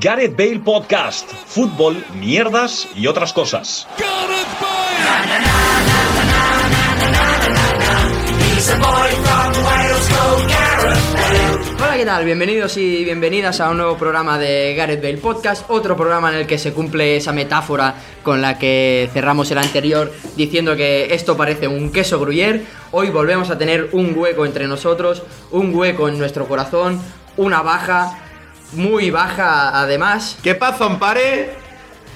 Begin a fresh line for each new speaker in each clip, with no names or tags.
Gareth Bale Podcast, fútbol, mierdas y otras cosas.
Hola, ¿qué tal? Bienvenidos y bienvenidas a un nuevo programa de Gareth Bale Podcast, otro programa en el que se cumple esa metáfora con la que cerramos el anterior diciendo que esto parece un queso gruyer. Hoy volvemos a tener un hueco entre nosotros, un hueco en nuestro corazón, una baja, muy baja además.
¿Qué pasa, Ampare?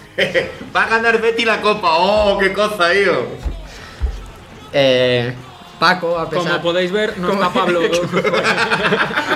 Va a ganar Betty la copa. ¡Oh, qué cosa, tío!
Eh, Paco, a pesar...
Como podéis ver, no
Como-
está Pablo.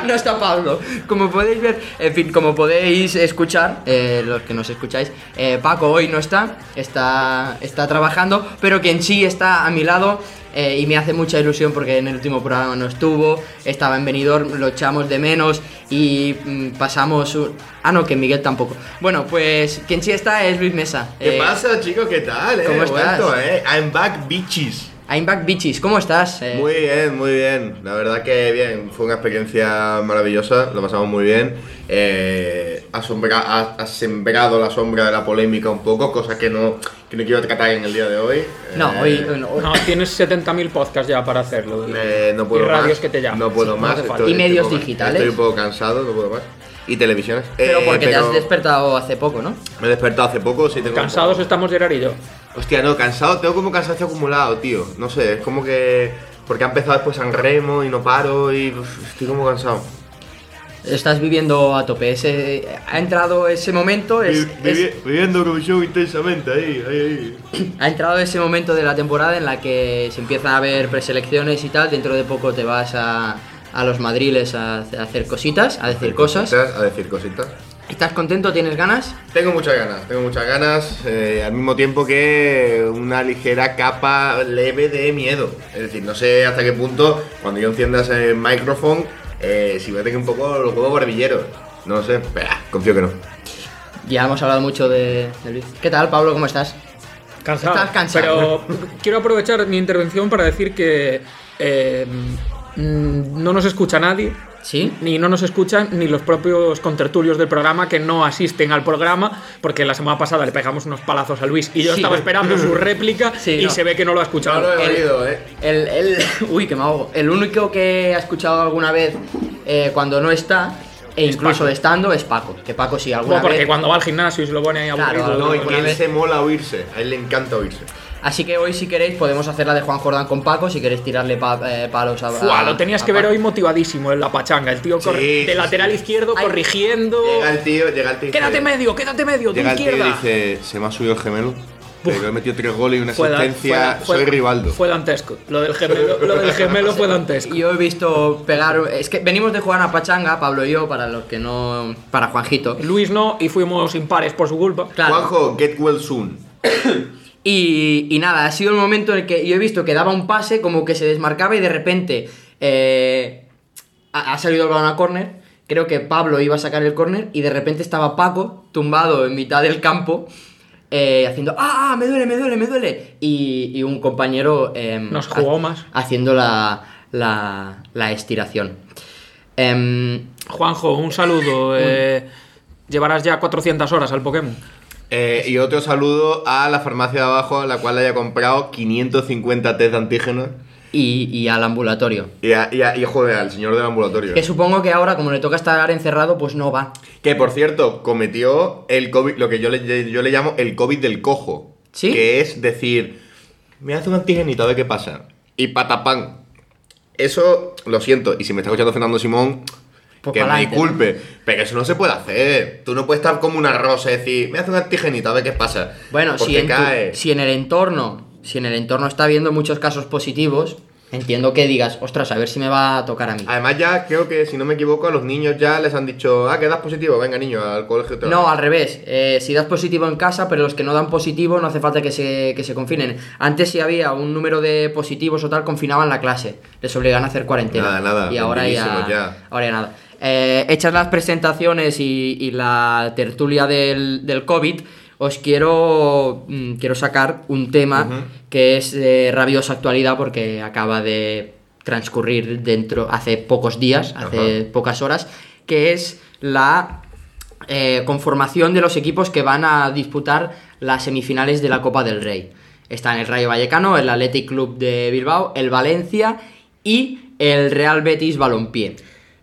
no está Pablo. Como podéis ver, en fin, como podéis escuchar, eh, los que nos escucháis, eh, Paco hoy no está, está, está trabajando, pero quien sí está a mi lado eh, y me hace mucha ilusión porque en el último programa no estuvo, estaba en Benidorm, lo echamos de menos y mm, pasamos... un- Ah, no, que Miguel tampoco. Bueno, pues quien sí está es Luis Mesa.
¿Qué
Eh,
pasa, chico? ¿Qué tal? eh?
¿cómo estás?
Vuelto, eh? I'm back, bitches.
I'm back, bitches. ¿Cómo estás? Eh,
Muy bien, muy bien. La verdad que bien, fue una experiencia maravillosa, lo pasamos muy bien. Eh, ha, sombra- ha- ha sembrado la sombra de la polémica un poco, cosa que no, que no quiero tratar en el día de hoy.
No,
Eh,
hoy... hoy no, hoy-
No, tienes 70.000 podcasts ya para hacerlo.
eh, no puedo
y radios
más,
que te llaman.
No puedo
Sí,
más.
hace falta.
Y medios
estoy un poco-
digitales.
Estoy un poco cansado, no puedo más. Y televisiones.
Pero
Eh,
porque te
pero
has despertado hace poco, ¿no?
Me he despertado hace poco, sí tengo.
Cansados estamos Gerard y yo.
Hostia, no, cansado, tengo como cansancio acumulado, tío. No sé, es como que. Porque ha empezado después San Remo y no paro y uf, estoy como cansado.
Estás viviendo a tope. Ese, ha entrado ese momento. es- Pues, es-
Viviendo Eurovisión intensamente, ahí, ahí,
ha entrado ese momento de la temporada en la que se empiezan a ver preselecciones y tal. Dentro de poco te vas a, a los madriles a, a hacer cositas, a decir cosas.
A decir cositas.
¿Estás contento? ¿Tienes ganas?
Tengo muchas ganas, tengo muchas ganas, eh, al mismo tiempo que una ligera capa leve de miedo. Es decir, no sé hasta qué punto, cuando yo encienda ese micrófono, eh, si voy a tener un poco los huevos barbilleros. No lo sé, pero, ah, confío que no.
Ya hemos hablado mucho de, de Luis. ¿Qué tal, Pablo? ¿Cómo estás?
Cansado.
Estás cansado.
Pero quiero aprovechar mi intervención para decir que eh, mm, no nos escucha nadie.
¿Sí?
Ni no nos escuchan ni los propios contertulios del programa que no asisten al programa, porque la semana pasada le pegamos unos palazos a Luis y yo
Sí.
estaba esperando su réplica
Sí,
y
no.
se ve que no lo ha escuchado.
he
he
oído,
eh.
El, el- uy, que me ahogo. El único que ha escuchado alguna vez eh, cuando no está, e
Es
incluso
Paco.
estando, es Paco. Que Paco sí, alguna
porque
vez.
cuando va al gimnasio y se lo pone ahí
Claro,
aburrido.
No, y
Alguna
que él
vez.
se mola oírse, a él le encanta oírse.
Así que hoy, si queréis, podemos hacer la de Juan Jordán con Paco. Si queréis tirarle pa- eh, palos a,
Fua,
a-
lo tenías
a
que ver
Paco.
hoy motivadísimo en la pachanga. El tío corre-
Sí,
de
sí,
lateral
sí.
izquierdo
Ay.
corrigiendo.
Llega el tío, llega el tío. y dice-
Quédate medio, quédate medio, tú
Llega el tío y
izquierda.
dice, se me ha subido el gemelo. Que yo he metido tres goles y una
Fue da-
asistencia.
fue da- fue-
Soy Rivaldo.
Fue dantesco. Lo del gemelo, lo del gemelo fue dantesco.
Yo he visto pegar. Es que venimos de jugar a Pachanga, Pablo y yo, para los que no. Para Juanjito.
Luis no, y fuimos impares por su culpa.
Claro.
Juanjo, get well soon.
Y, y nada, ha sido el momento en el que yo he visto que daba un pase, como que se desmarcaba y de repente eh, ha, ha salido el balón a córner. Creo que Pablo iba a sacar el córner y de repente estaba Paco tumbado en mitad del campo eh, haciendo ¡Ah, ah, me duele, me duele, me duele! Y, y un compañero eh,
Nos jugó más.
haciendo la, la, la estiración. Em,
Juanjo, un saludo. eh, llevarás ya 400 horas al Pokémon.
Eh, y otro saludo a la farmacia de abajo, la cual haya comprado 550 test de antígenos.
y, y al ambulatorio.
Y, a- y, a- y joder, al señor del ambulatorio.
Que supongo que ahora, como le toca estar encerrado, pues no va.
Que por cierto, cometió el COVID, lo que yo le, yo le llamo el COVID del cojo.
¿Sí?
Que es decir, me hace un antigenito a ver qué pasa. Y patapán. Eso, lo siento. Y si me está escuchando Fernando Simón,
Pues
que me
pa'lante, ¿no?
disculpe. Pero eso no se puede hacer. Tú no puedes estar como una rosa y decir, me hace un antigenito a ver qué pasa.
Bueno, si
Porque
en, tu-
cae.
si en el entorno, si en el entorno está viendo muchos casos positivos, entiendo que digas, ostras, a ver si me va a tocar a mí.
Además ya creo que, si no me equivoco, a los niños ya les han dicho, ah, quedas positivo, venga niño, al colegio. te vas".
No, al revés. eh, si das positivo en casa, pero los que no dan positivo no hace falta que se, que se confinen. Antes si había un número de positivos o tal, confinaban la clase. Les obligaban a hacer cuarentena.
Nada, nada,
Y ahora ya,
convivísimos ya.
Ahora ya nada. Eh, hechas las presentaciones y, y la tertulia del, del COVID, os quiero, mm, quiero sacar un tema que es de rabiosa actualidad porque acaba de transcurrir dentro hace pocos días, hace pocas horas, que es la eh, conformación de los equipos que van a disputar las semifinales de la Copa del Rey. Están el Rayo Vallecano, el Athletic Club de Bilbao, el Valencia y el Real Betis Balompié.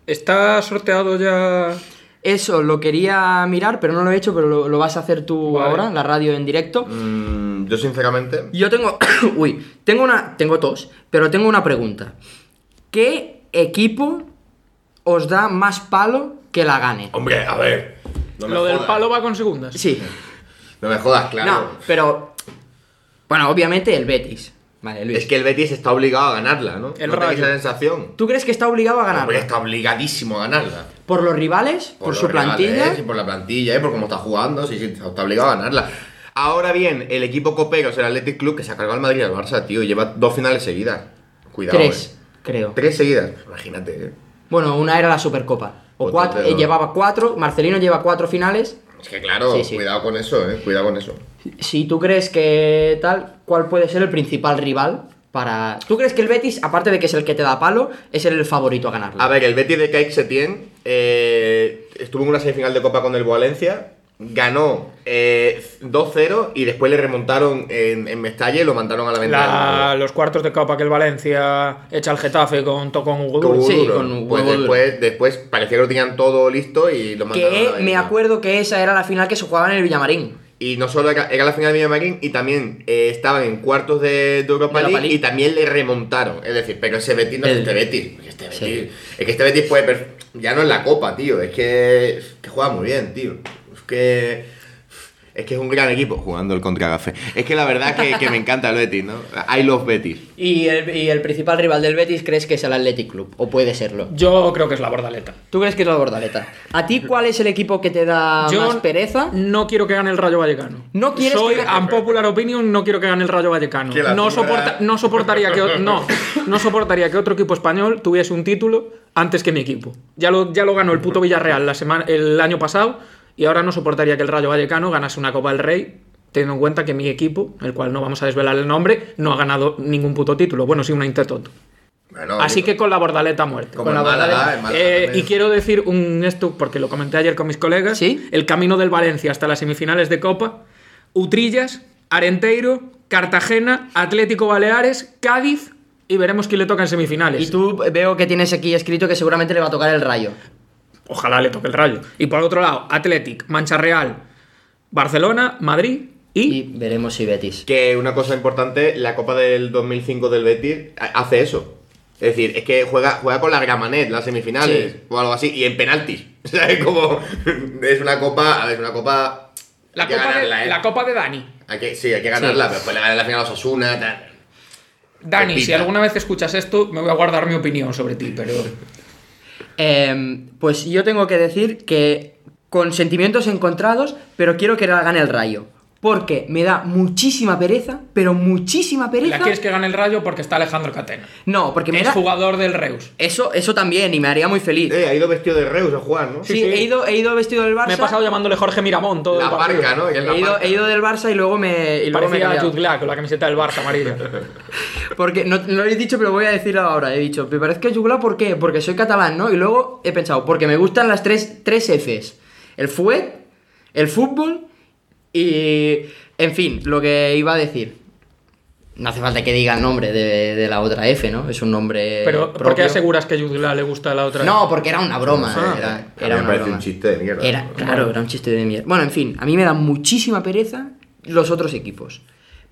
Está sorteado ya.
Eso lo quería mirar, pero no lo he hecho, pero lo, lo vas a hacer tú
Vale.
ahora, la radio en directo.
Mm, yo, sinceramente,
Yo tengo. Uy, tengo una. Tengo tos, pero tengo una pregunta. ¿Qué equipo os da más palo que la gane?
hombre, a ver. no me
Lo del
jodas.
palo va con segundas.
Sí.
No me jodas, claro.
No, pero. Bueno, obviamente el Betis. Vale, Luis.
Es que el Betis está obligado a ganarla, ¿no?
El
¿No tenéis
Rayo.
esa sensación.
¿Tú crees que está obligado a ganar?
Hombre, está obligadísimo a ganarla.
¿Por los rivales? ¿Por,
los
su
rivales,
plantilla?
sí, por la plantilla, ¿eh? por cómo está jugando, sí, sí, está obligado a ganarla. Ahora bien, el equipo copero es el Athletic Club que se ha cargado al Madrid y al Barça, tío. Lleva dos finales seguidas. Cuidado.
Tres,
eh.
creo.
Tres seguidas. Imagínate, eh.
Bueno, una era la Supercopa. O
Otro
cuatro,
peor.
eh, llevaba cuatro, Marcelino lleva cuatro finales.
Es que claro,
Sí, sí.
cuidado con eso, eh. Cuidado con eso.
Si tú crees que tal, ¿cuál puede ser el principal rival para. ¿Tú crees que el Betis, aparte de que es el que te da palo, es el favorito a ganarlo?
A ver, el Betis de Caic Setién eh, estuvo en una semifinal de Copa con el Valencia, ganó eh, 2-0 y después le remontaron en, en Mestalla y lo mandaron a la ventana.
La- los cuartos de copa que el Valencia echa al Getafe con Tocón Hugo
Hubo
Duro.
Sí,
duro.
con un
pues
huevo duro.
después, después parecía que lo tenían todo listo y lo mandaron a la
que me
ventana.
acuerdo que esa era la final que se jugaba en el Villamarín.
Y no solo era, era la final de Villamarín, y también eh, estaban en cuartos de, de
De Europa
Europa League,
League.
y también le remontaron. Es decir, pero ese Betis no
El-
es este Betis. porque Este
Sí.
Betis- Es que este Betis puede. perf- Ya no es la copa, tío. Es que, es que juega muy bien, tío. Es que. Es que es un gran equipo jugando el contra Getafe. Es que la verdad que, que me encanta el Betis, ¿no? I love Betis.
Y el, y el principal rival del Betis crees que es el Athletic Club, o puede serlo.
Yo creo que es la bordaleta.
¿Tú crees que es la Bordaleta? ¿A ti cuál es el equipo que te da
Yo
más pereza?
No quiero que gane el Rayo Vallecano.
No quieres
Soy
que gane-
unpopular opinion, no quiero que gane el Rayo Vallecano.
Qué lástima.
No, soporta- no soportaría que o- no, no soportaría que otro equipo español tuviese un título antes que mi equipo. Ya lo, ya lo ganó el puto Villarreal la semana, el año pasado y ahora no soportaría que el Rayo Vallecano ganase una Copa del Rey. Teniendo en cuenta que mi equipo, el cual no vamos a desvelar el nombre, no ha ganado ningún puto título. Bueno, sí, una Intetoto.
Bueno,
Así
digo,
que con la bordaleta a muerte.
Como
con
el
la
Málaga,
Bordaleta.
el Málaga
Eh,
también.
y quiero decir un esto, porque lo comenté ayer con mis colegas.
¿Sí?
El camino del Valencia hasta las semifinales de Copa. Utrillas, Arenteiro, Cartagena, Atlético Baleares, Cádiz y veremos quién le toca en semifinales.
Y tú veo que tienes aquí escrito que seguramente le va a tocar el rayo.
Ojalá le toque el rayo. Y por otro lado, Athletic, Mancha Real, Barcelona, Madrid y...
Y veremos si Betis.
Que una cosa importante, la Copa del 2005 del Betis ha- hace eso. Es decir, es que juega, juega con la Gramanet, las semifinales
Sí.
o algo así, y en penaltis. ¿Sabes? Como es una copa, a ver, es una copa.
La,
hay que
copa,
ganarla,
de,
¿eh?
la copa de Dani.
Hay que- sí, hay que ganarla, pero después le ganan la final a los Osuna. tal.
Dani, si
Pepita.
alguna vez escuchas esto, me voy a guardar mi opinión sobre ti, pero...
Eh, pues yo tengo que decir que con sentimientos encontrados, pero quiero que la gane el rayo. Porque me da muchísima pereza, pero muchísima pereza.
La quieres que gane el rayo porque está Alejandro Catena.
No, porque me
Es
da.
jugador del Reus.
Eso, eso también, y me haría muy feliz.
Eh, ha ido vestido de Reus a jugar, ¿no?
sí,
sí.
He, ido, he ido vestido del Barça.
Me he pasado llamándole Jorge Miramón todo
La
el partido.
barca, ¿no? Que es la
he, ido,
barca.
he ido del Barça y luego me. y luego me he
Parecía
cambiado.
Jude Black con la camiseta del Barça amarilla.
Eh, Porque no, no lo he dicho, pero voy a decirlo ahora. He dicho, me parece que Jugla, ¿por qué? Porque soy catalán, ¿no? Y luego he pensado, porque me gustan las tres, tres Fs: el fuet, el fútbol y. En fin, lo que iba a decir. No hace falta que diga el nombre de, de la otra F, ¿no? Es un nombre.
Pero ¿por qué
propio.
aseguras que Jude Black le gusta a la otra?
No, porque era una broma.
Ah,
era,
A mí
era
me
una
parece
broma.
un chiste de mierda.
Era, claro, era un chiste de mierda. Bueno, en fin, a mí me da muchísima pereza los otros equipos.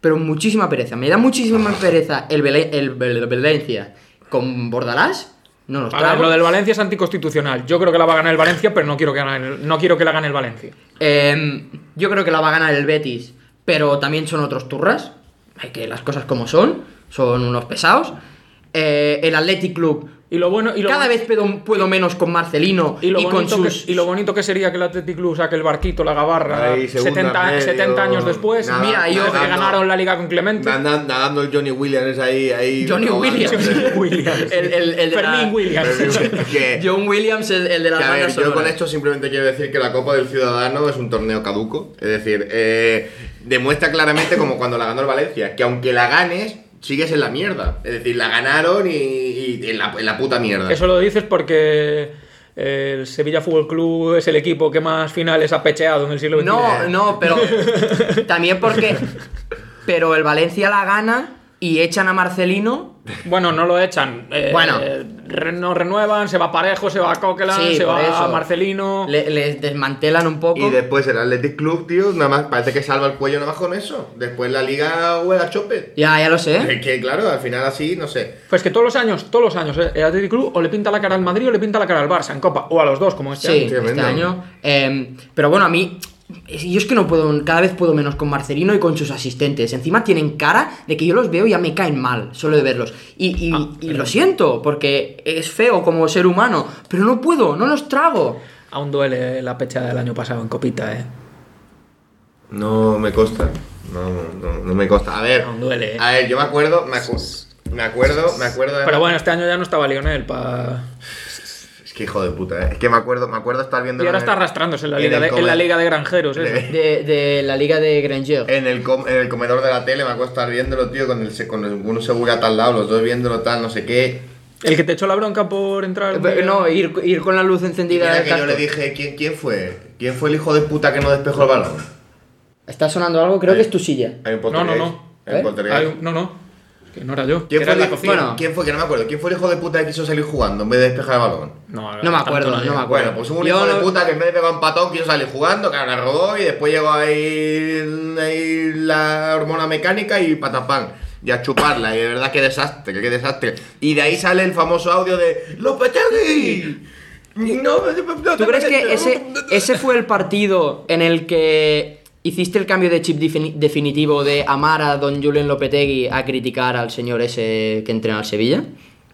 Pero muchísima pereza. Me da muchísima pereza el, Bele- el Bel- Valencia con Bordalás. No los
A ver,
trago.
lo del Valencia es anticonstitucional. Yo creo que la va a ganar el Valencia, pero no quiero que, gane el- no quiero que la gane el Valencia.
Em, yo creo que la va a ganar el Betis, pero también son otros turras. Hay que las cosas como son. Son unos pesados. Eh, el Athletic Club.
Y lo bueno, y lo
Cada
bon-
vez puedo, puedo menos con Marcelino y,
y lo
con
bonito
sus.
que, y lo bonito que sería que el Athletic Club saque el barquito, la gabarra,
Ahí, segunda,
70,
medio,
70 años después.
nada,
mira, ellos que
nadando.
ganaron la liga con Clemente.
Nadan- Nadando el Johnny Williams ahí. ahí
Johnny
robando.
Williams.
Williams.
El- el- el de la-
Fermín Williams.
Que-
John Williams, el, el de la
Que, a
banda
ver, yo con
sonora.
esto simplemente quiero decir que la Copa del Ciudadano es un torneo caduco. Es decir, eh, demuestra claramente como cuando la ganó el Valencia, que aunque la ganes, sigues en la mierda. Es decir, la ganaron y, y en, la, en la puta mierda.
Eso lo dices porque eh, el Sevilla Fútbol Club es el equipo que más finales ha pecheado en el siglo XXI.
No, no, pero también porque. Pero el Valencia la gana y echan a Marcelino.
Bueno, no lo echan. eh,
Bueno.
re- no renuevan, se va Parejo, se va Coquelin,
Sí,
se
por
va
eso.
Marcelino.
le- les desmantelan un poco.
Y después el Athletic Club, tío, nada más, parece que salva el cuello nada más con eso. Después la liga huele a chope.
Ya, ya lo sé.
Es que claro, al final así, no sé.
Pues que todos los años, todos los años, eh, el Athletic Club o le pinta la cara al Madrid o le pinta la cara al Barça en Copa, o a los dos, como este
Sí,
año.
este
tremendo.
año. Eh, pero bueno, a mí. es- Yo es que no puedo, cada vez puedo menos con Marcelino y con sus asistentes. Encima tienen cara de que yo los veo y ya me caen mal, solo de verlos. Y, y- y lo siento, porque es feo como ser humano, pero no puedo, no los trago.
Aún duele la pecha del año pasado en Copita, eh.
No me consta. No, no, no me consta. A ver,
No, duele, eh.
a ver, yo me acuerdo, me, acu- me acuerdo, me acuerdo. de-
Pero bueno, este año ya no estaba Lionel para.
Es que hijo de puta, eh. es que me acuerdo, me acuerdo estar viendo.
Y ahora
eh,
está arrastrándose en la liga,
el
de, en la
comer-
liga de granjeros, eso.
De-
De, de la liga de Granger.
En el, com- en el comedor de la tele me acuerdo estar viéndolo, tío, con, el, se- con el- uno segura al lado, los dos viéndolo tal, no sé qué.
El que te echó la bronca por entrar.
Eh, pero No, ir, ir con la luz
Y
encendida.
mira
del
que yo
casco.
le dije, ¿quién, ¿quién fue? ¿Quién fue el hijo de puta que no despejó el balón?
Está sonando algo, creo
Ahí.
que es tu silla.
Hay un
No, no,
poltergeist.
no.
Hay un
¿Eh?
poltergeist.
Hay un- no, no. Que no era yo. que
¿Quién fue,
era en
el
la
hijo,
cocina.
Bueno.
¿Quién fue? Que no me acuerdo. ¿Quién fue el hijo de puta que quiso salir jugando en vez de despejar el balón?
No,
No me acuerdo,
tanto
no me acuerdo.
Bueno, pues hubo un
Yo
hijo
no-
de puta que en vez de pegar un patón quiso salir jugando, que la robó y después llegó ahí, ahí la hormona mecánica y patapán. Y a chuparla, y de verdad que desastre, qué desastre. Y de ahí sale el famoso audio de ¡Lopetegui! No,
¿Tú crees que ese, ese fue el partido en el que hiciste el cambio de chip defini- definitivo de amar a don Julen Lopetegui a criticar al señor ese que entrena al Sevilla?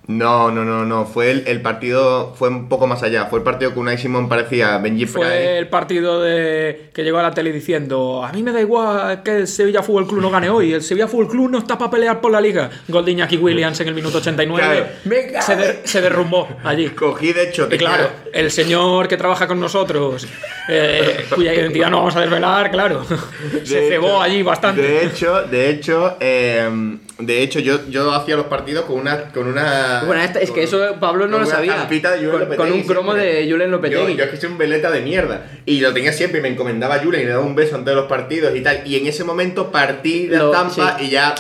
No, no, no, no. Fue el, el partido, fue un poco más allá. Fue el partido que Unai Simón parecía Benji
Fue
Perae.
el partido de que llegó a la tele diciendo a mí me da igual que el Sevilla Fútbol Club no gane hoy, el Sevilla Fútbol Club no está para pelear por la liga. Gol de Iñaki Williams en el minuto 89
Claro.
se, der- se derrumbó allí.
Cogí, de hecho,
Y claro, el señor que trabaja con nosotros, eh, cuya identidad no vamos a desvelar, claro, se
De
cebó
hecho-
allí bastante.
De hecho, de hecho, eh, de hecho, yo, yo hacía los partidos con una. Con una
Bueno, esta- es que eso Pablo no
con
lo
una
sabía.
estampita de Julen
Con-
Lopetegui
con un cromo
siempre.
de Julen Lopetegui.
Yo, yo es que soy un veleta de mierda. Y lo tenía siempre y me encomendaba a Julen y le daba un beso antes de los partidos y tal. Y en ese momento partí la
Lo-
estampa
sí.
y ya.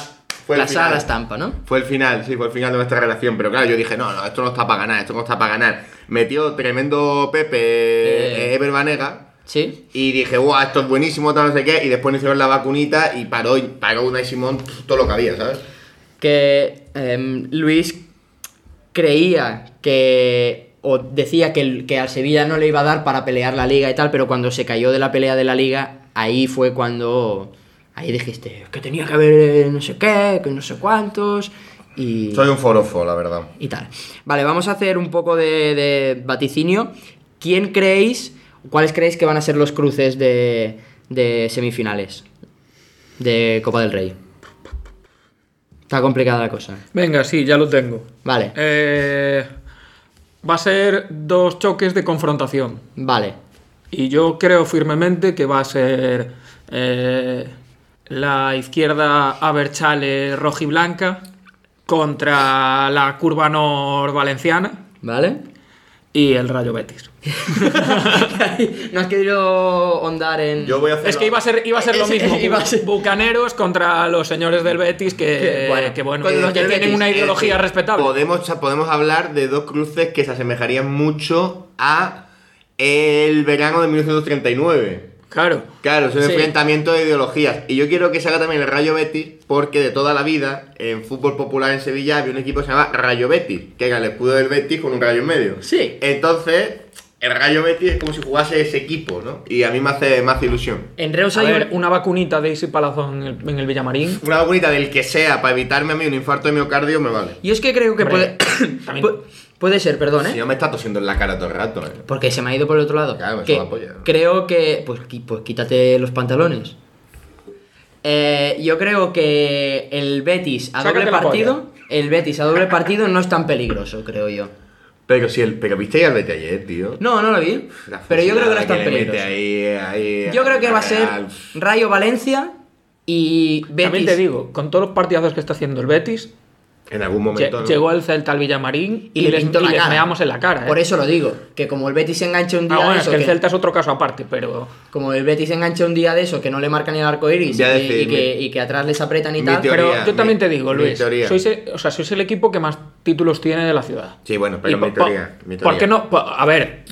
Fue
la
el final.
sala estampa, ¿no?
Fue el final, sí, fue el final de nuestra relación. Pero claro, yo dije, no, no, esto no está para ganar, esto no está para ganar. Metió tremendo Pepe
Eh.
Ever Banega.
Sí.
Y dije, guau, esto es buenísimo, tal, no sé qué. Y después nos hicieron la vacunita y paró, paró una y Simón pf, todo lo que había, ¿sabes?
que em, Luis creía que o decía que, el- que al Sevilla no le iba a dar para pelear la liga y tal, pero cuando se cayó de la pelea de la liga, ahí fue cuando ahí dijiste "Es que tenía que haber eh, no sé qué, que no sé cuántos y
Soy un forofo, la verdad.
y tal. Vale, vamos a hacer un poco de, de vaticinio. ¿Quién creéis, cuáles creéis que van a ser los cruces de, de semifinales de Copa del Rey? Está complicada la cosa. eh.
Venga, sí, ya lo tengo.
Vale,
Eh, va a ser dos choques de confrontación.
vale.
Y yo creo firmemente que va a ser eh, la izquierda Aberchale rojiblanca contra la curva nor valenciana
¿Vale?
y el Rayo Betis.
no has querido ondar en...
Yo voy a hacer.
Es que iba a ser, iba a ser lo
Es-
mismo.
iba a ser-
Bucaneros contra los señores del Betis que,
Que,
que,
bueno,
bueno,
con los
que
del
tienen
Betis, eh,
una
Eh,
es
ideología respetable.
Podemos, podemos hablar de dos cruces que se asemejarían mucho a el verano de 1939.
Claro.
Claro, es un
Sí.
enfrentamiento de ideologías. Y yo quiero que se haga también el Rayo Betis, porque de toda la vida, en fútbol popular en Sevilla, había un equipo que se llamaba Rayo Betis, que era el escudo del Betis con un rayo en medio.
Sí.
Entonces, el Rayo Betis es como si jugase ese equipo, ¿no? Y a mí me hace más ilusión.
En Reus
A
Pues hay
ver,
un-
una vacunita de Isi Palazón en el, en el Villamarín.
Una vacunita del que sea para evitarme a mí un infarto de miocardio me vale.
Yo es que creo que puede...
Hombre, también.
Pu- puede ser, perdón, ¿eh?
Si no me está tosiendo en la cara todo el rato, ¿eh?
Porque se me ha ido por el otro lado.
Claro, me
Que
suda la polla.
Creo que. Pues, qui- pues quítate los pantalones. Eh, yo creo que el Betis a
Sácate
doble
la
partido. El Betis a doble partido no es tan peligroso, creo yo.
Pero si el. Pero viste al Betis ayer, tío.
No, no lo vi.
La
Pero yo creo que no
fusilada
es tan
le mete
peligroso.
ahí- ahí
Yo creo que va a ser
Real.
Rayo Valencia y Betis.
También te digo, con todos los partidazos que está haciendo el Betis,
En algún momento.
Lle-
¿no?
Llegó el Celta al Villamarín y,
Y le
les,
pintó
y
la
les
cara.
meamos en la cara. ¿eh?
Por eso lo digo, que como el Betis se enganche un
Ah,
día
bueno,
de
es
eso,
que el
que-
Celta es otro caso aparte, pero.
como el Betis se enganche un día de eso, que no le marcan el arco iris y,
Ya
y
decidme.
que, y que atrás les apretan y
Mi
tal.
teoría-
pero yo también
mi-
te digo,
mi
Luis,
teoría.
sois el, o sea, sois el equipo que más títulos tiene de la ciudad.
Sí, bueno, pero
Y
mi
po- po-
teoría, mi
¿Por
teoría.
qué no? Po- A ver,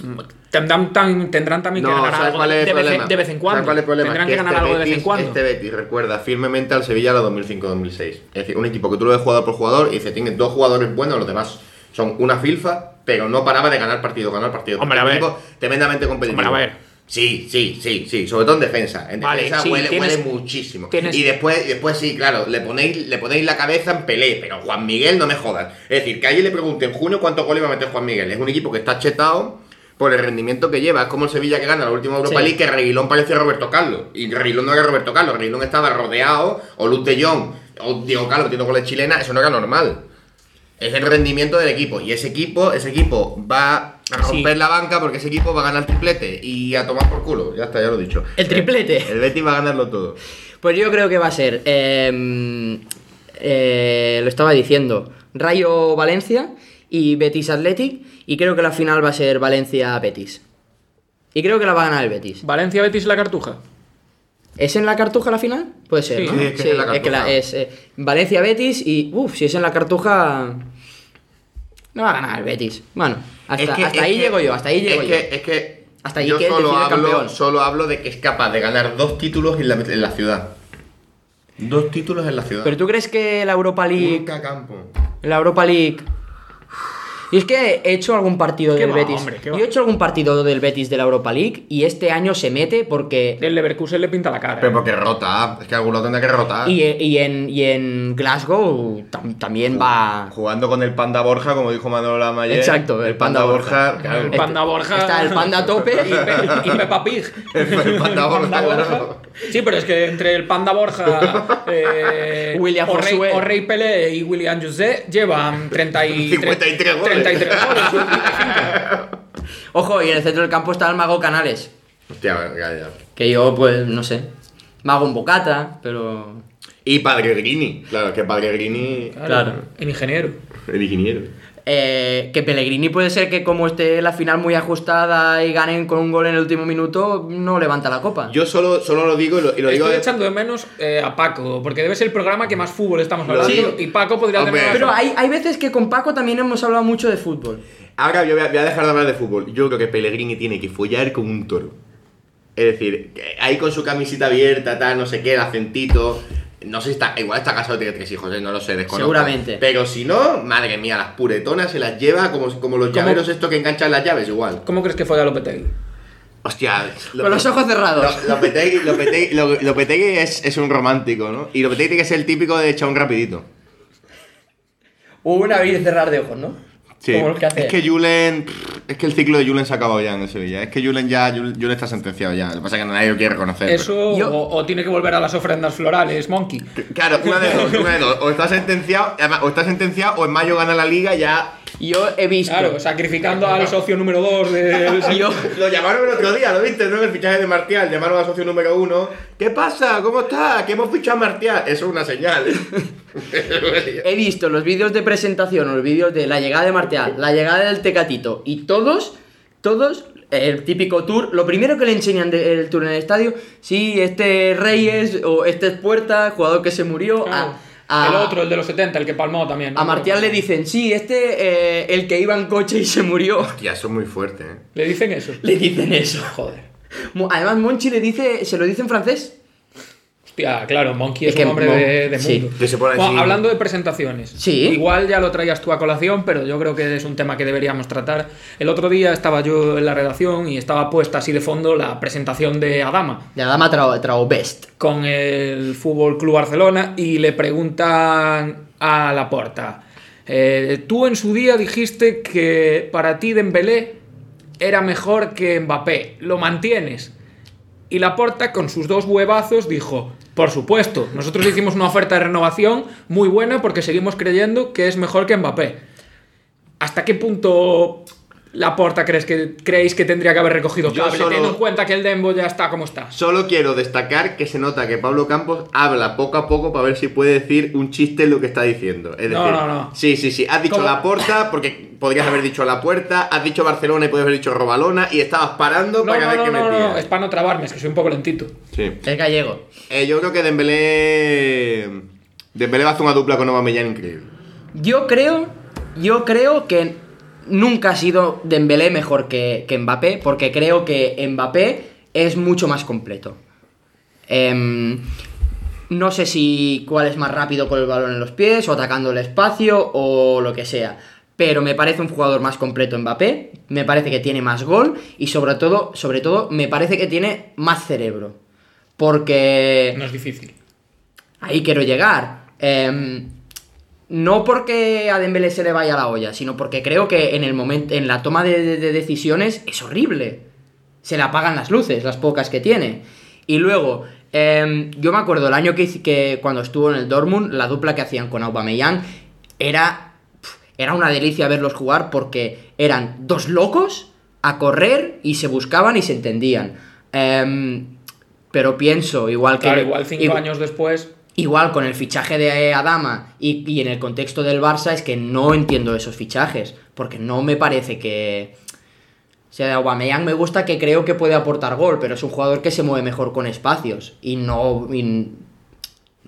tendrán, tan- tendrán también que
No,
ganar
¿sabes
algo
cuál es el
de, vez,
problema?
en- de vez en cuando.
¿Sabes cuál es el problema?
Tendrán
Que
que ganar
este
algo de vez en
Betis-
cuando.
Este Betis recuerda firmemente al Sevilla de la 2005-2006. Es decir, un equipo que tú lo ves jugador por jugador y dice, tiene dos jugadores buenos, los demás son una filfa, pero no paraba de ganar partido, ganar partido.
Hombre, a
Un
ver.
equipo tremendamente competitivo.
Hombre, a ver.
Sí, sí, sí, sí, sobre todo en defensa. En
Vale,
defensa
sí,
huele,
tienes-
huele muchísimo.
tienes-
Y después, y después sí, claro, le ponéis, le ponéis la cabeza en Pelé, pero Juan Miguel no me jodas. Es decir, que ayer le pregunte en junio cuántos goles va a meter Juan Miguel. Es un equipo que está chetado por el rendimiento que lleva. Es como el Sevilla que gana la última Europa
Sí.
League, que Reguilón parecía Roberto Carlos. Y Reguilón no era Roberto Carlos, Reguilón estaba rodeado, o Luz de Jong, o Diego Carlos tiene goles chilenas, eso no era normal. Es el rendimiento del equipo. Y ese equipo, ese equipo va a romper la banca porque ese equipo va a ganar triplete y a tomar por culo. Ya está, ya lo he dicho.
El triplete.
El Betis va a ganarlo todo.
Pues yo creo que va a ser. eh, eh, lo estaba diciendo. Rayo Valencia y Betis Athletic. Y creo que la final va a ser Valencia Betis. Y creo que la va a ganar el Betis.
Valencia, Betis, La Cartuja.
¿Es en la cartuja la final? Puede ser.
Sí.
¿no?
Sí, es que es en la
es que la-
Cartuja.
es, eh, Valencia Betis y. Uff, si es en la cartuja. No va a ganar el Betis. Bueno, hasta,
Es que-
hasta
es
ahí
que-
llego yo, hasta ahí llego
es
yo.
Que, es que
Hasta ahí
yo
que él
solo
decide
hablo,
campeón.
solo hablo de que es capaz de ganar dos títulos en la, en la ciudad. Dos títulos en la ciudad.
Pero tú crees que la Europa League.
Nunca campo.
La Europa League. Y es que he hecho algún partido
¿Qué
del
va,
Betis.
hombre, qué
Yo
va?
he hecho algún partido del Betis de la Europa League y este año se mete porque.
El Leverkusen le pinta la cara.
Pero porque rota, es que alguno tendrá que rotar.
Y, y en, y en Glasgow tam- también va.
Jugando con el panda Borja, como dijo Manolo Lamayer.
Exacto, el Panda Borja.
claro.
El Panda Borja.
Este, Está el Panda a tope
y, Pe- y Peppa Pig.
El Panda Borja,
Panda Borja.
claro.
Sí, pero es que entre el Panda Borja, eh,
William
o Rey-
Josué.
o Rey Pelé y William José llevan 30 y
53 goles.
33 goles, 55.
Ojo, y en el centro del campo está el Mago Canales.
Hostia, ya, ya.
Que yo, pues, no sé. Mago en bocata, pero.
Y Padre Grini, claro, que Padre Grini,
Claro.
El ingeniero.
el ingeniero.
Eh, que Pellegrini puede ser que, como esté la final muy ajustada y ganen con un gol en el último minuto, no levanta la copa.
Yo solo, solo lo digo y lo, y lo digo.
Estoy
de-
echando de menos eh, a Paco, porque debe ser el programa que más fútbol estamos
Lo
hablando.
digo.
Y Paco podría
Hombre.
tener.
Pero hay, hay veces que con Paco también hemos hablado mucho de fútbol.
Ahora yo voy a, voy a dejar de hablar de fútbol. Yo creo que Pellegrini tiene que follar con un toro. Es decir, que ahí con su camisita abierta, tal, no sé qué, el acentito. No sé si está. Igual está casado tiene tres hijos, eh, no lo sé, desconozco.
Seguramente.
Pero si no, madre mía, las puretonas se las lleva como, como los llaveros estos que enganchan las llaves, igual.
¿Cómo crees que fue a Lopetegui?
Hostia.
Con los ojos cerrados.
Lo- Lopetegui, Lopetegui- Lo- Lopetegui es, es un romántico, ¿no? Y Lopetegui tiene que ser el típico de echar un rapidito.
Hubo un abrir y cerrar de ojos, ¿no?
Sí.
Como los que hace.
Es que Julen. Es que el ciclo de Julen se ha acabado ya en el Sevilla. Es que Julen ya. Julen, Julen está sentenciado ya. Lo que pasa es que nadie lo quiere reconocer. pero-
Eso,
Yo-
o, o tiene que volver a las ofrendas florales, Monkey.
Claro, una de dos, una de dos. O está sentenciado, además, o está sentenciado, o en mayo gana la liga y ya.
Yo he visto.
Claro, sacrificando al socio número 2 del.
yo,
Lo llamaron el otro día, ¿lo viste? ¿No? En el fichaje de Martial, llamaron al socio número uno. ¿Qué pasa? ¿Cómo está? Que hemos fichado a Martial. Eso es una señal.
he visto los vídeos de presentación, los vídeos de la llegada de Marteal, la llegada del Tecatito y todos, todos, el típico tour, lo primero que le enseñan del tour en el estadio, sí, este es Reyes o este es Puerta, jugador que se murió,
Claro.
a, a-
el otro, el de los 70, el que palmó también. ¿no?
a Martial le dicen, sí, este eh, el que iba en coche y se murió.
Ya, eso es muy fuerte, ¿eh?
Le dicen eso.
Le dicen eso, joder. Mo- Además, Monchi le dice, se lo dice en francés.
Hostia, claro, Monkey es,
Es que
un hombre
Mon-
de, de
sí.
mundo.
Que se pone
Bueno,
así.
hablando de presentaciones,
Sí.
igual ya lo traías tú a colación, pero yo creo que es un tema que deberíamos tratar. El otro día estaba yo en la redacción y estaba puesta así de fondo la presentación de Adama
La dama trao, trao best.
con el Fútbol Club Barcelona y le preguntan a Laporta. eh, tú en su día dijiste que para ti Dembélé era mejor que Mbappé. ¿Lo mantienes? Y Laporta con sus dos huevazos dijo, por supuesto, nosotros hicimos una oferta de renovación muy buena porque seguimos creyendo que es mejor que Mbappé. ¿Hasta qué punto La porta crees que creéis que tendría que haber recogido
Yo
cable,
solo-
teniendo en cuenta que el Dembo ya está como está.
Solo quiero destacar que se nota que Pablo Campos habla poco a poco para ver si puede decir un chiste en lo que está diciendo. Es decir,
No, no, no.
Sí, sí, sí. Has dicho
¿Cómo?
la puerta porque podrías haber dicho la puerta. Has dicho Barcelona y puedes haber dicho Robalona. Y estabas parando
No,
para cada vez
no, no,
que
no,
metía.
no, es para no trabarme, es que soy un poco lentito.
Sí.
Es gallego.
Eh, yo creo que Dembélé... Dembélé va a hacer una dupla con Aubameyang increíble.
Yo creo, yo creo que nunca ha sido Dembélé mejor que, que Mbappé, porque creo que Mbappé es mucho más completo. Em, no sé si cuál es más rápido con el balón en los pies, o atacando el espacio, o lo que sea. Pero me parece un jugador más completo Mbappé, me parece que tiene más gol y sobre todo, sobre todo, me parece que tiene más cerebro. Porque
No es difícil.
ahí quiero llegar. Em, no porque a Dembélé se le vaya la olla, sino porque creo que en el momento, en la toma de, de- de decisiones es horrible. Se le apagan las luces, las pocas que tiene. Y luego, em, yo me acuerdo el año que, hice- que cuando estuvo en el Dortmund, la dupla que hacían con Aubameyang era pf, era una delicia verlos jugar porque eran dos locos a correr y se buscaban y se entendían. Em, pero pienso, igual que.
Claro, igual cinco
igu-
años después.
Igual con el fichaje de Adama y, y en el contexto del Barça es que no entiendo esos fichajes, porque no me parece que... O sea, Aubameyang me gusta que creo que puede aportar gol, pero es un jugador que se mueve mejor con espacios y no... y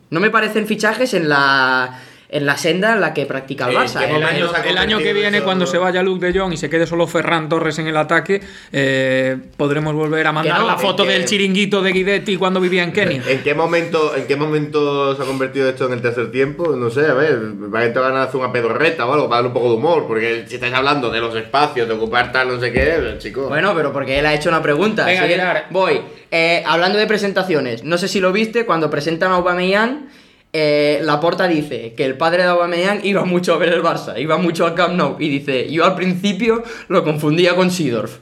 no me parecen fichajes en la, en la senda en la que practica el
Eh,
Barça.
llevo
¿eh?
El
Más o
año,
menos ha
el año que
convertido
viene,
eso-
cuando se vaya Luke de Jong y se quede solo Ferran Torres en el ataque, eh, podremos volver a mandar
no,
la
es
foto
que-
del chiringuito de Guidetti cuando vivía en Kenia.
¿En qué momento, en qué momento se ha convertido esto en el tercer tiempo? No sé, a ver, va a entrar a hacer una pedorreta o algo para darle un poco de humor, porque si estáis hablando de los espacios, de ocupar tal, no sé qué, chico.
Bueno, pero porque él ha hecho una pregunta.
Venga,
así que
Gerard.
Voy. Eh, hablando de presentaciones, no sé si lo viste, cuando presentan a Aubameyang, eh, Laporta dice que el padre de Aubameyang iba mucho a ver el Barça, iba mucho al Camp Nou, y dice, yo al principio lo confundía con Sidorf.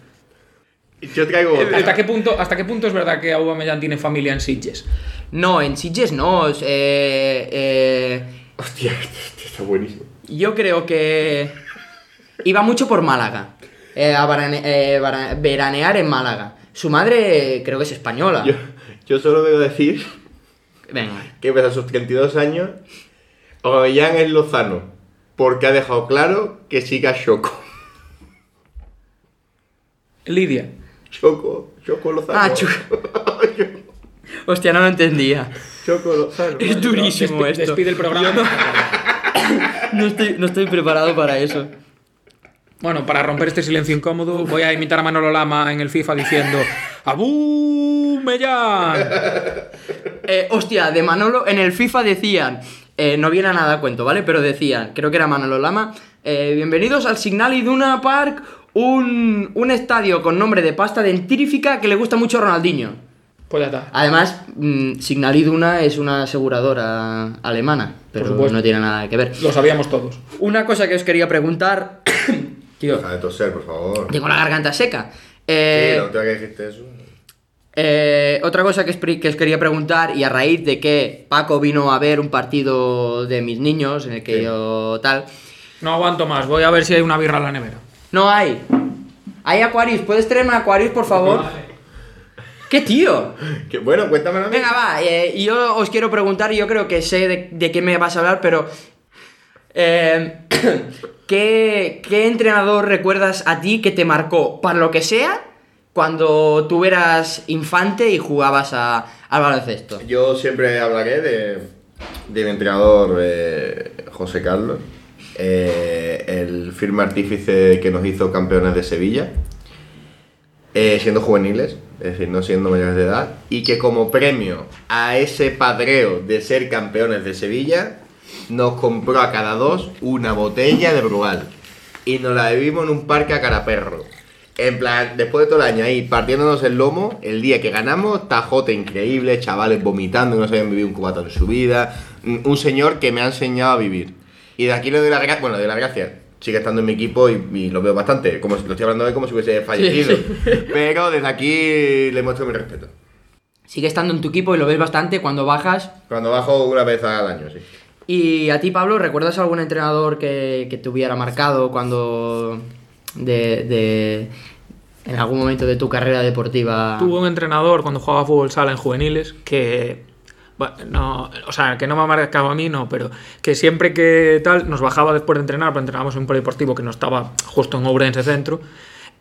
yo traigo otra.
¿Hasta qué, punto, ¿Hasta qué punto es verdad que Aubameyang tiene familia en Sitges?
No, en Sitges no. es, eh, eh,
Hostia, este está buenísimo.
yo creo que iba mucho por Málaga, eh, a barane- eh, bara- veranear en Málaga. Su madre eh, creo que es española.
Yo, yo solo debo decir
Venga.
que pese a sus 32 años, Ollán es Lozano, porque ha dejado claro que siga Choco.
Lidia.
Choco, Choco Lozano.
Ah, Choco. Hostia, no lo entendía.
Choco Lozano.
Es durísimo
Despi-
esto.
Despide el programa.
No estoy, no estoy preparado para eso.
Bueno, para romper este silencio incómodo, voy a imitar a Manolo Lama en el FIFA diciendo ¡Abumeyan!
Eh, hostia, de Manolo, en el FIFA decían, eh, no viene a nada a cuento, ¿vale? Pero decían, creo que era Manolo Lama, eh, bienvenidos al Signal Iduna Park, un, un estadio con nombre de pasta dentífica que le gusta mucho a Ronaldinho.
Pues ya está.
Además, mm, Signal Iduna es una aseguradora alemana, pero
supuesto.
no tiene nada que ver.
Lo sabíamos todos.
Una cosa que os quería preguntar... Tío,
Deja de toser, por favor.
tengo la garganta seca.
Sí,
Eh,
la última que dijiste eso.
Eh, otra cosa que, espri- que os quería preguntar, y a raíz de que Paco vino a ver un partido de mis niños, en el que
Sí.
yo tal.
No aguanto más, voy a ver si hay una birra en la nevera.
No hay. Hay Aquarius, ¿puedes traerme Aquarius, por favor? ¿Qué tío?
Que, bueno, cuéntamelo a mí.
Venga, va, eh, yo os quiero preguntar, y yo creo que sé de, de qué me vas a hablar, pero. eh, ¿qué, qué entrenador recuerdas a ti que te marcó, para lo que sea, cuando tú eras infante y jugabas a, al baloncesto?
Yo siempre hablaré de, de mi entrenador eh, José Carlos, eh, el firme artífice que nos hizo campeones de Sevilla, eh, siendo juveniles, es decir, no siendo mayores de edad, y que como premio a ese padreo de ser campeones de Sevilla, nos compró a cada dos una botella de Brugal y nos la bebimos en un parque a caraperro. En plan, después de todo el año ahí partiéndonos el lomo, el día que ganamos, tajote increíble, chavales vomitando, que no se habían vivido un cubato en su vida, un un señor que me ha enseñado a vivir. Y de aquí le doy las gracias, bueno, le doy las gracias. Sigue estando en mi equipo y, y lo veo bastante, como si- lo estoy hablando de como si hubiese fallecido. Pero desde aquí le muestro mi respeto.
sigue estando en tu equipo y lo ves bastante cuando bajas.
Cuando bajo una vez al año, sí.
Y a ti, Pablo, ¿recuerdas algún entrenador que, que te hubiera marcado cuando de, de- en algún momento de tu carrera deportiva.
Tuve un entrenador cuando jugaba fútbol sala en juveniles que. bueno, No, o sea, que no me ha marcado a mí, no, pero que siempre que tal, nos bajaba después de entrenar, porque entrenábamos en un polideportivo que no estaba justo en Ourense Centro,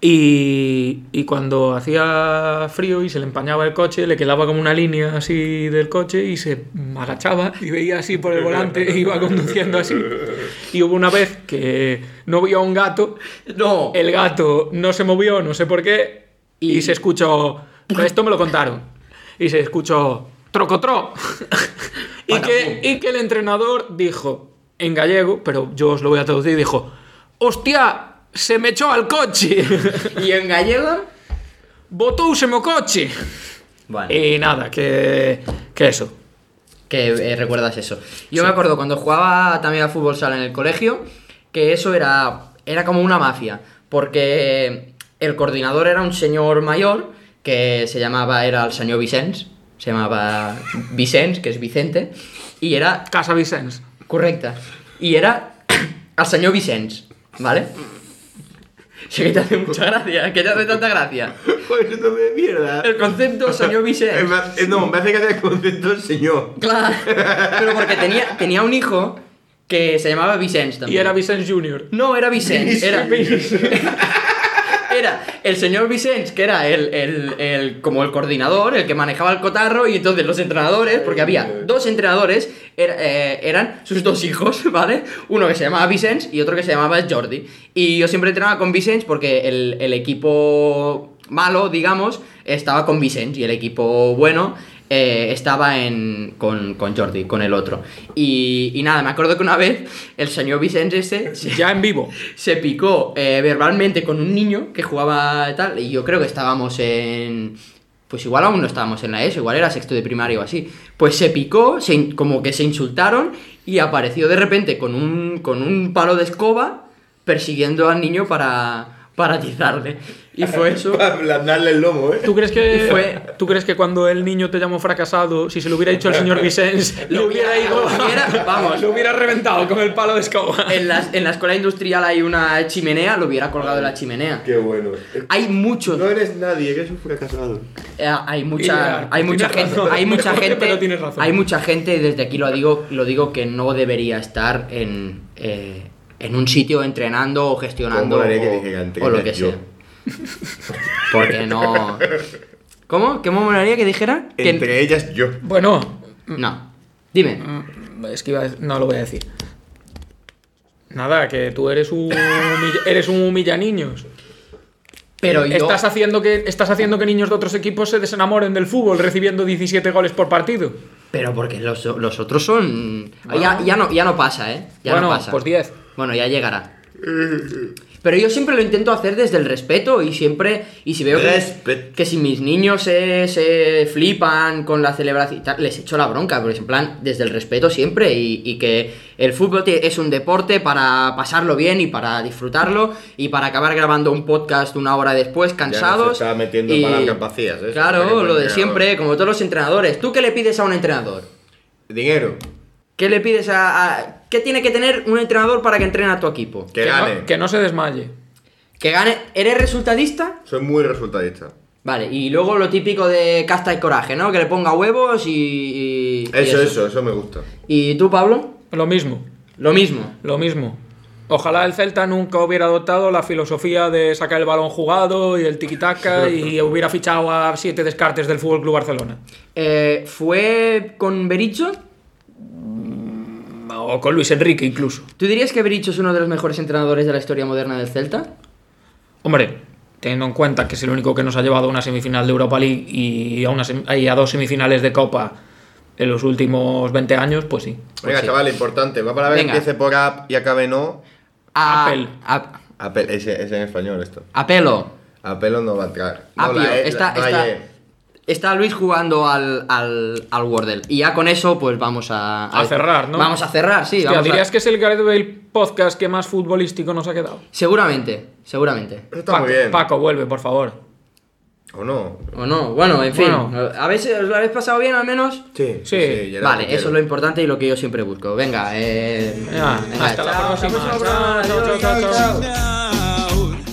y, y cuando hacía frío y se le empañaba el coche, le quedaba como una línea así del coche y se agachaba y veía así por el volante e iba conduciendo así. Y hubo una vez que no vio a un gato
No.
el gato no se movió, no sé por qué, y, se escuchó. Esto me lo contaron. Y se escuchó trocotro. y, que, y que el entrenador dijo, en gallego, pero yo os lo voy a traducir, dijo: ¡Hostia! Se me echó al coche.
¿Y en gallego?
Botouse mo coche.
Vale.
Y nada, que, que eso.
Eh, que eh, recuerdas eso. Yo me acuerdo cuando jugaba también al fútbol sala en el colegio, que eso era, era como una mafia, porque el coordinador era un señor mayor que se llamaba, era el señor Vicens, se llamaba Vicens, que es Vicente, y era
Casa Vicens.
Correcta. Y era al senyor Vicenç, ¿vale? Sí que te hace mucha gracia, que te hace tanta gracia.
Joder, no me mierda.
El concepto señor
Eh,
Vicenç.
me- eh, No, me hace que hacer el concepto el señor.
Claro, pero porque tenía, tenía un hijo que se llamaba Vicenç
Y
también.
era Vicens Junior.
No, era Vicenç, era... Era el señor Vicenç, que era el, el- el- como el coordinador, el que manejaba el cotarro, y entonces los entrenadores, porque había dos entrenadores, era- eh, eran sus dos hijos, ¿vale? Uno que se llamaba Vicenç y otro que se llamaba Jordi. Y yo siempre entrenaba con Vicenç porque el, el equipo malo, digamos, estaba con Vicenç y el equipo bueno eh, estaba en, con, con Jordi, con el otro. Y, y nada, me acuerdo que una vez el señor Vicenç ese... se-
Ya en vivo.
se picó eh, verbalmente con un niño que jugaba tal, y yo creo que estábamos en... Pues igual aún no estábamos en la ESO, igual era sexto de primaria o así. Pues se picó, se in- como que se insultaron y apareció de repente con un, con un palo de escoba persiguiendo al niño para, para atizarle. Y fue eso.
Para ablandarle el lomo, ¿eh?
¿Tú crees, que,
Y fue-
¿Tú crees que cuando el niño te llamó fracasado, si se lo hubiera dicho el señor Vicens, le hubiera ido.
Lo hubiera- vamos.
lo hubiera reventado con el palo de escoba.
En la, en la escuela industrial hay una chimenea, lo hubiera colgado de la chimenea.
Qué bueno.
Hay muchos
No eres nadie, que es un fracasado.
Eh, hay mucha
Ya, pues
hay mucha
tienes
gente
razón.
hay mucha gente
Pero tienes razón.
hay mucha gente y desde aquí lo digo lo digo que no debería estar en eh, en un sitio entrenando o gestionando
Como la que
o,
dije antes,
o
que
lo
era
que
yo.
sea porque no cómo qué me molaría que dijera que
Entre ellas yo.
Bueno,
no dime
mm, es que iba a dec- no lo voy a decir. Nada, que tú eres un humilla- eres un humilla niños.
pero yo
Estás haciendo que estás haciendo que niños de otros equipos se desenamoren del fútbol recibiendo 17 goles por partido.
pero porque los, los otros son ya, ya no ya no pasa eh ya
bueno,
no pasa
pues 10.
Bueno, ya llegará.
Eh.
Pero yo siempre lo intento hacer desde el respeto y siempre. Y si veo que,
Respeto.
que si mis niños se, se flipan con la celebración y tal, les echo la bronca, pero es en plan desde el respeto siempre. Y, y que el fútbol te- es un deporte para pasarlo bien y para disfrutarlo y para acabar grabando un podcast una hora después cansados.
está metiendo
y-
palancas vacías, ¿eh? Para que
Claro,
pueda
lo de
llegar.
siempre, como todos los entrenadores. ¿Tú qué le pides a un entrenador?
Dinero.
¿Qué le pides a, a- ¿Qué tiene que tener un entrenador para que entrene a tu equipo?
Que gane.
no, que no se desmaye.
Que gane. ¿Eres resultadista?
Soy muy resultadista.
Vale, y luego lo típico de casta y coraje, ¿no? Que le ponga huevos y. Pues y- y
Eso, eso, eso me gusta.
¿Y tú, Pablo?
Lo mismo.
Lo mismo.
Lo mismo. Ojalá el Celta nunca hubiera adoptado la filosofía de sacar el balón jugado y el tiquitaca y hubiera fichado a siete descartes del Fútbol Club Barcelona.
Eh, ¿Fue con Bericho?
O con Luis Enrique incluso.
¿Tú dirías que Bericho es uno de los mejores entrenadores de la historia moderna del Celta?
Hombre, teniendo en cuenta que es el único que nos ha llevado a una semifinal de Europa League y a, una sem- y a dos semifinales de Copa en los últimos 20 años, pues sí.
Venga,
sí.
chaval, importante. Va para ver,
Venga.
empiece por app y acabe no.
A-
Apel.
a-
Apel, ese, ese en español esto.
apelo.
Apelo no va a entrar. No,
Apio.
la E, la-
está,
no hay
está,
E.
está Luis jugando al, al, al Wordle. Y ya con eso, pues vamos a.
A cerrar, ¿no?
Vamos a cerrar, sí.
Hostia,
vamos a-
dirías que es el Gareth Bale podcast que más futbolístico nos ha quedado.
Seguramente, seguramente.
Eso está
Paco,
muy bien.
Paco, vuelve, por favor.
¿O no?
O no, bueno, en fin.
Bueno.
A veces os lo habéis pasado bien al menos.
Sí.
Sí.
ya era
Vale,
lo
eso
que
es
quiero.
lo importante y lo que yo siempre busco. Venga, eh.
Ya,
venga,
hasta la
chao,
próxima.
chao, chao,
Chao, chao, chao, chao.
down.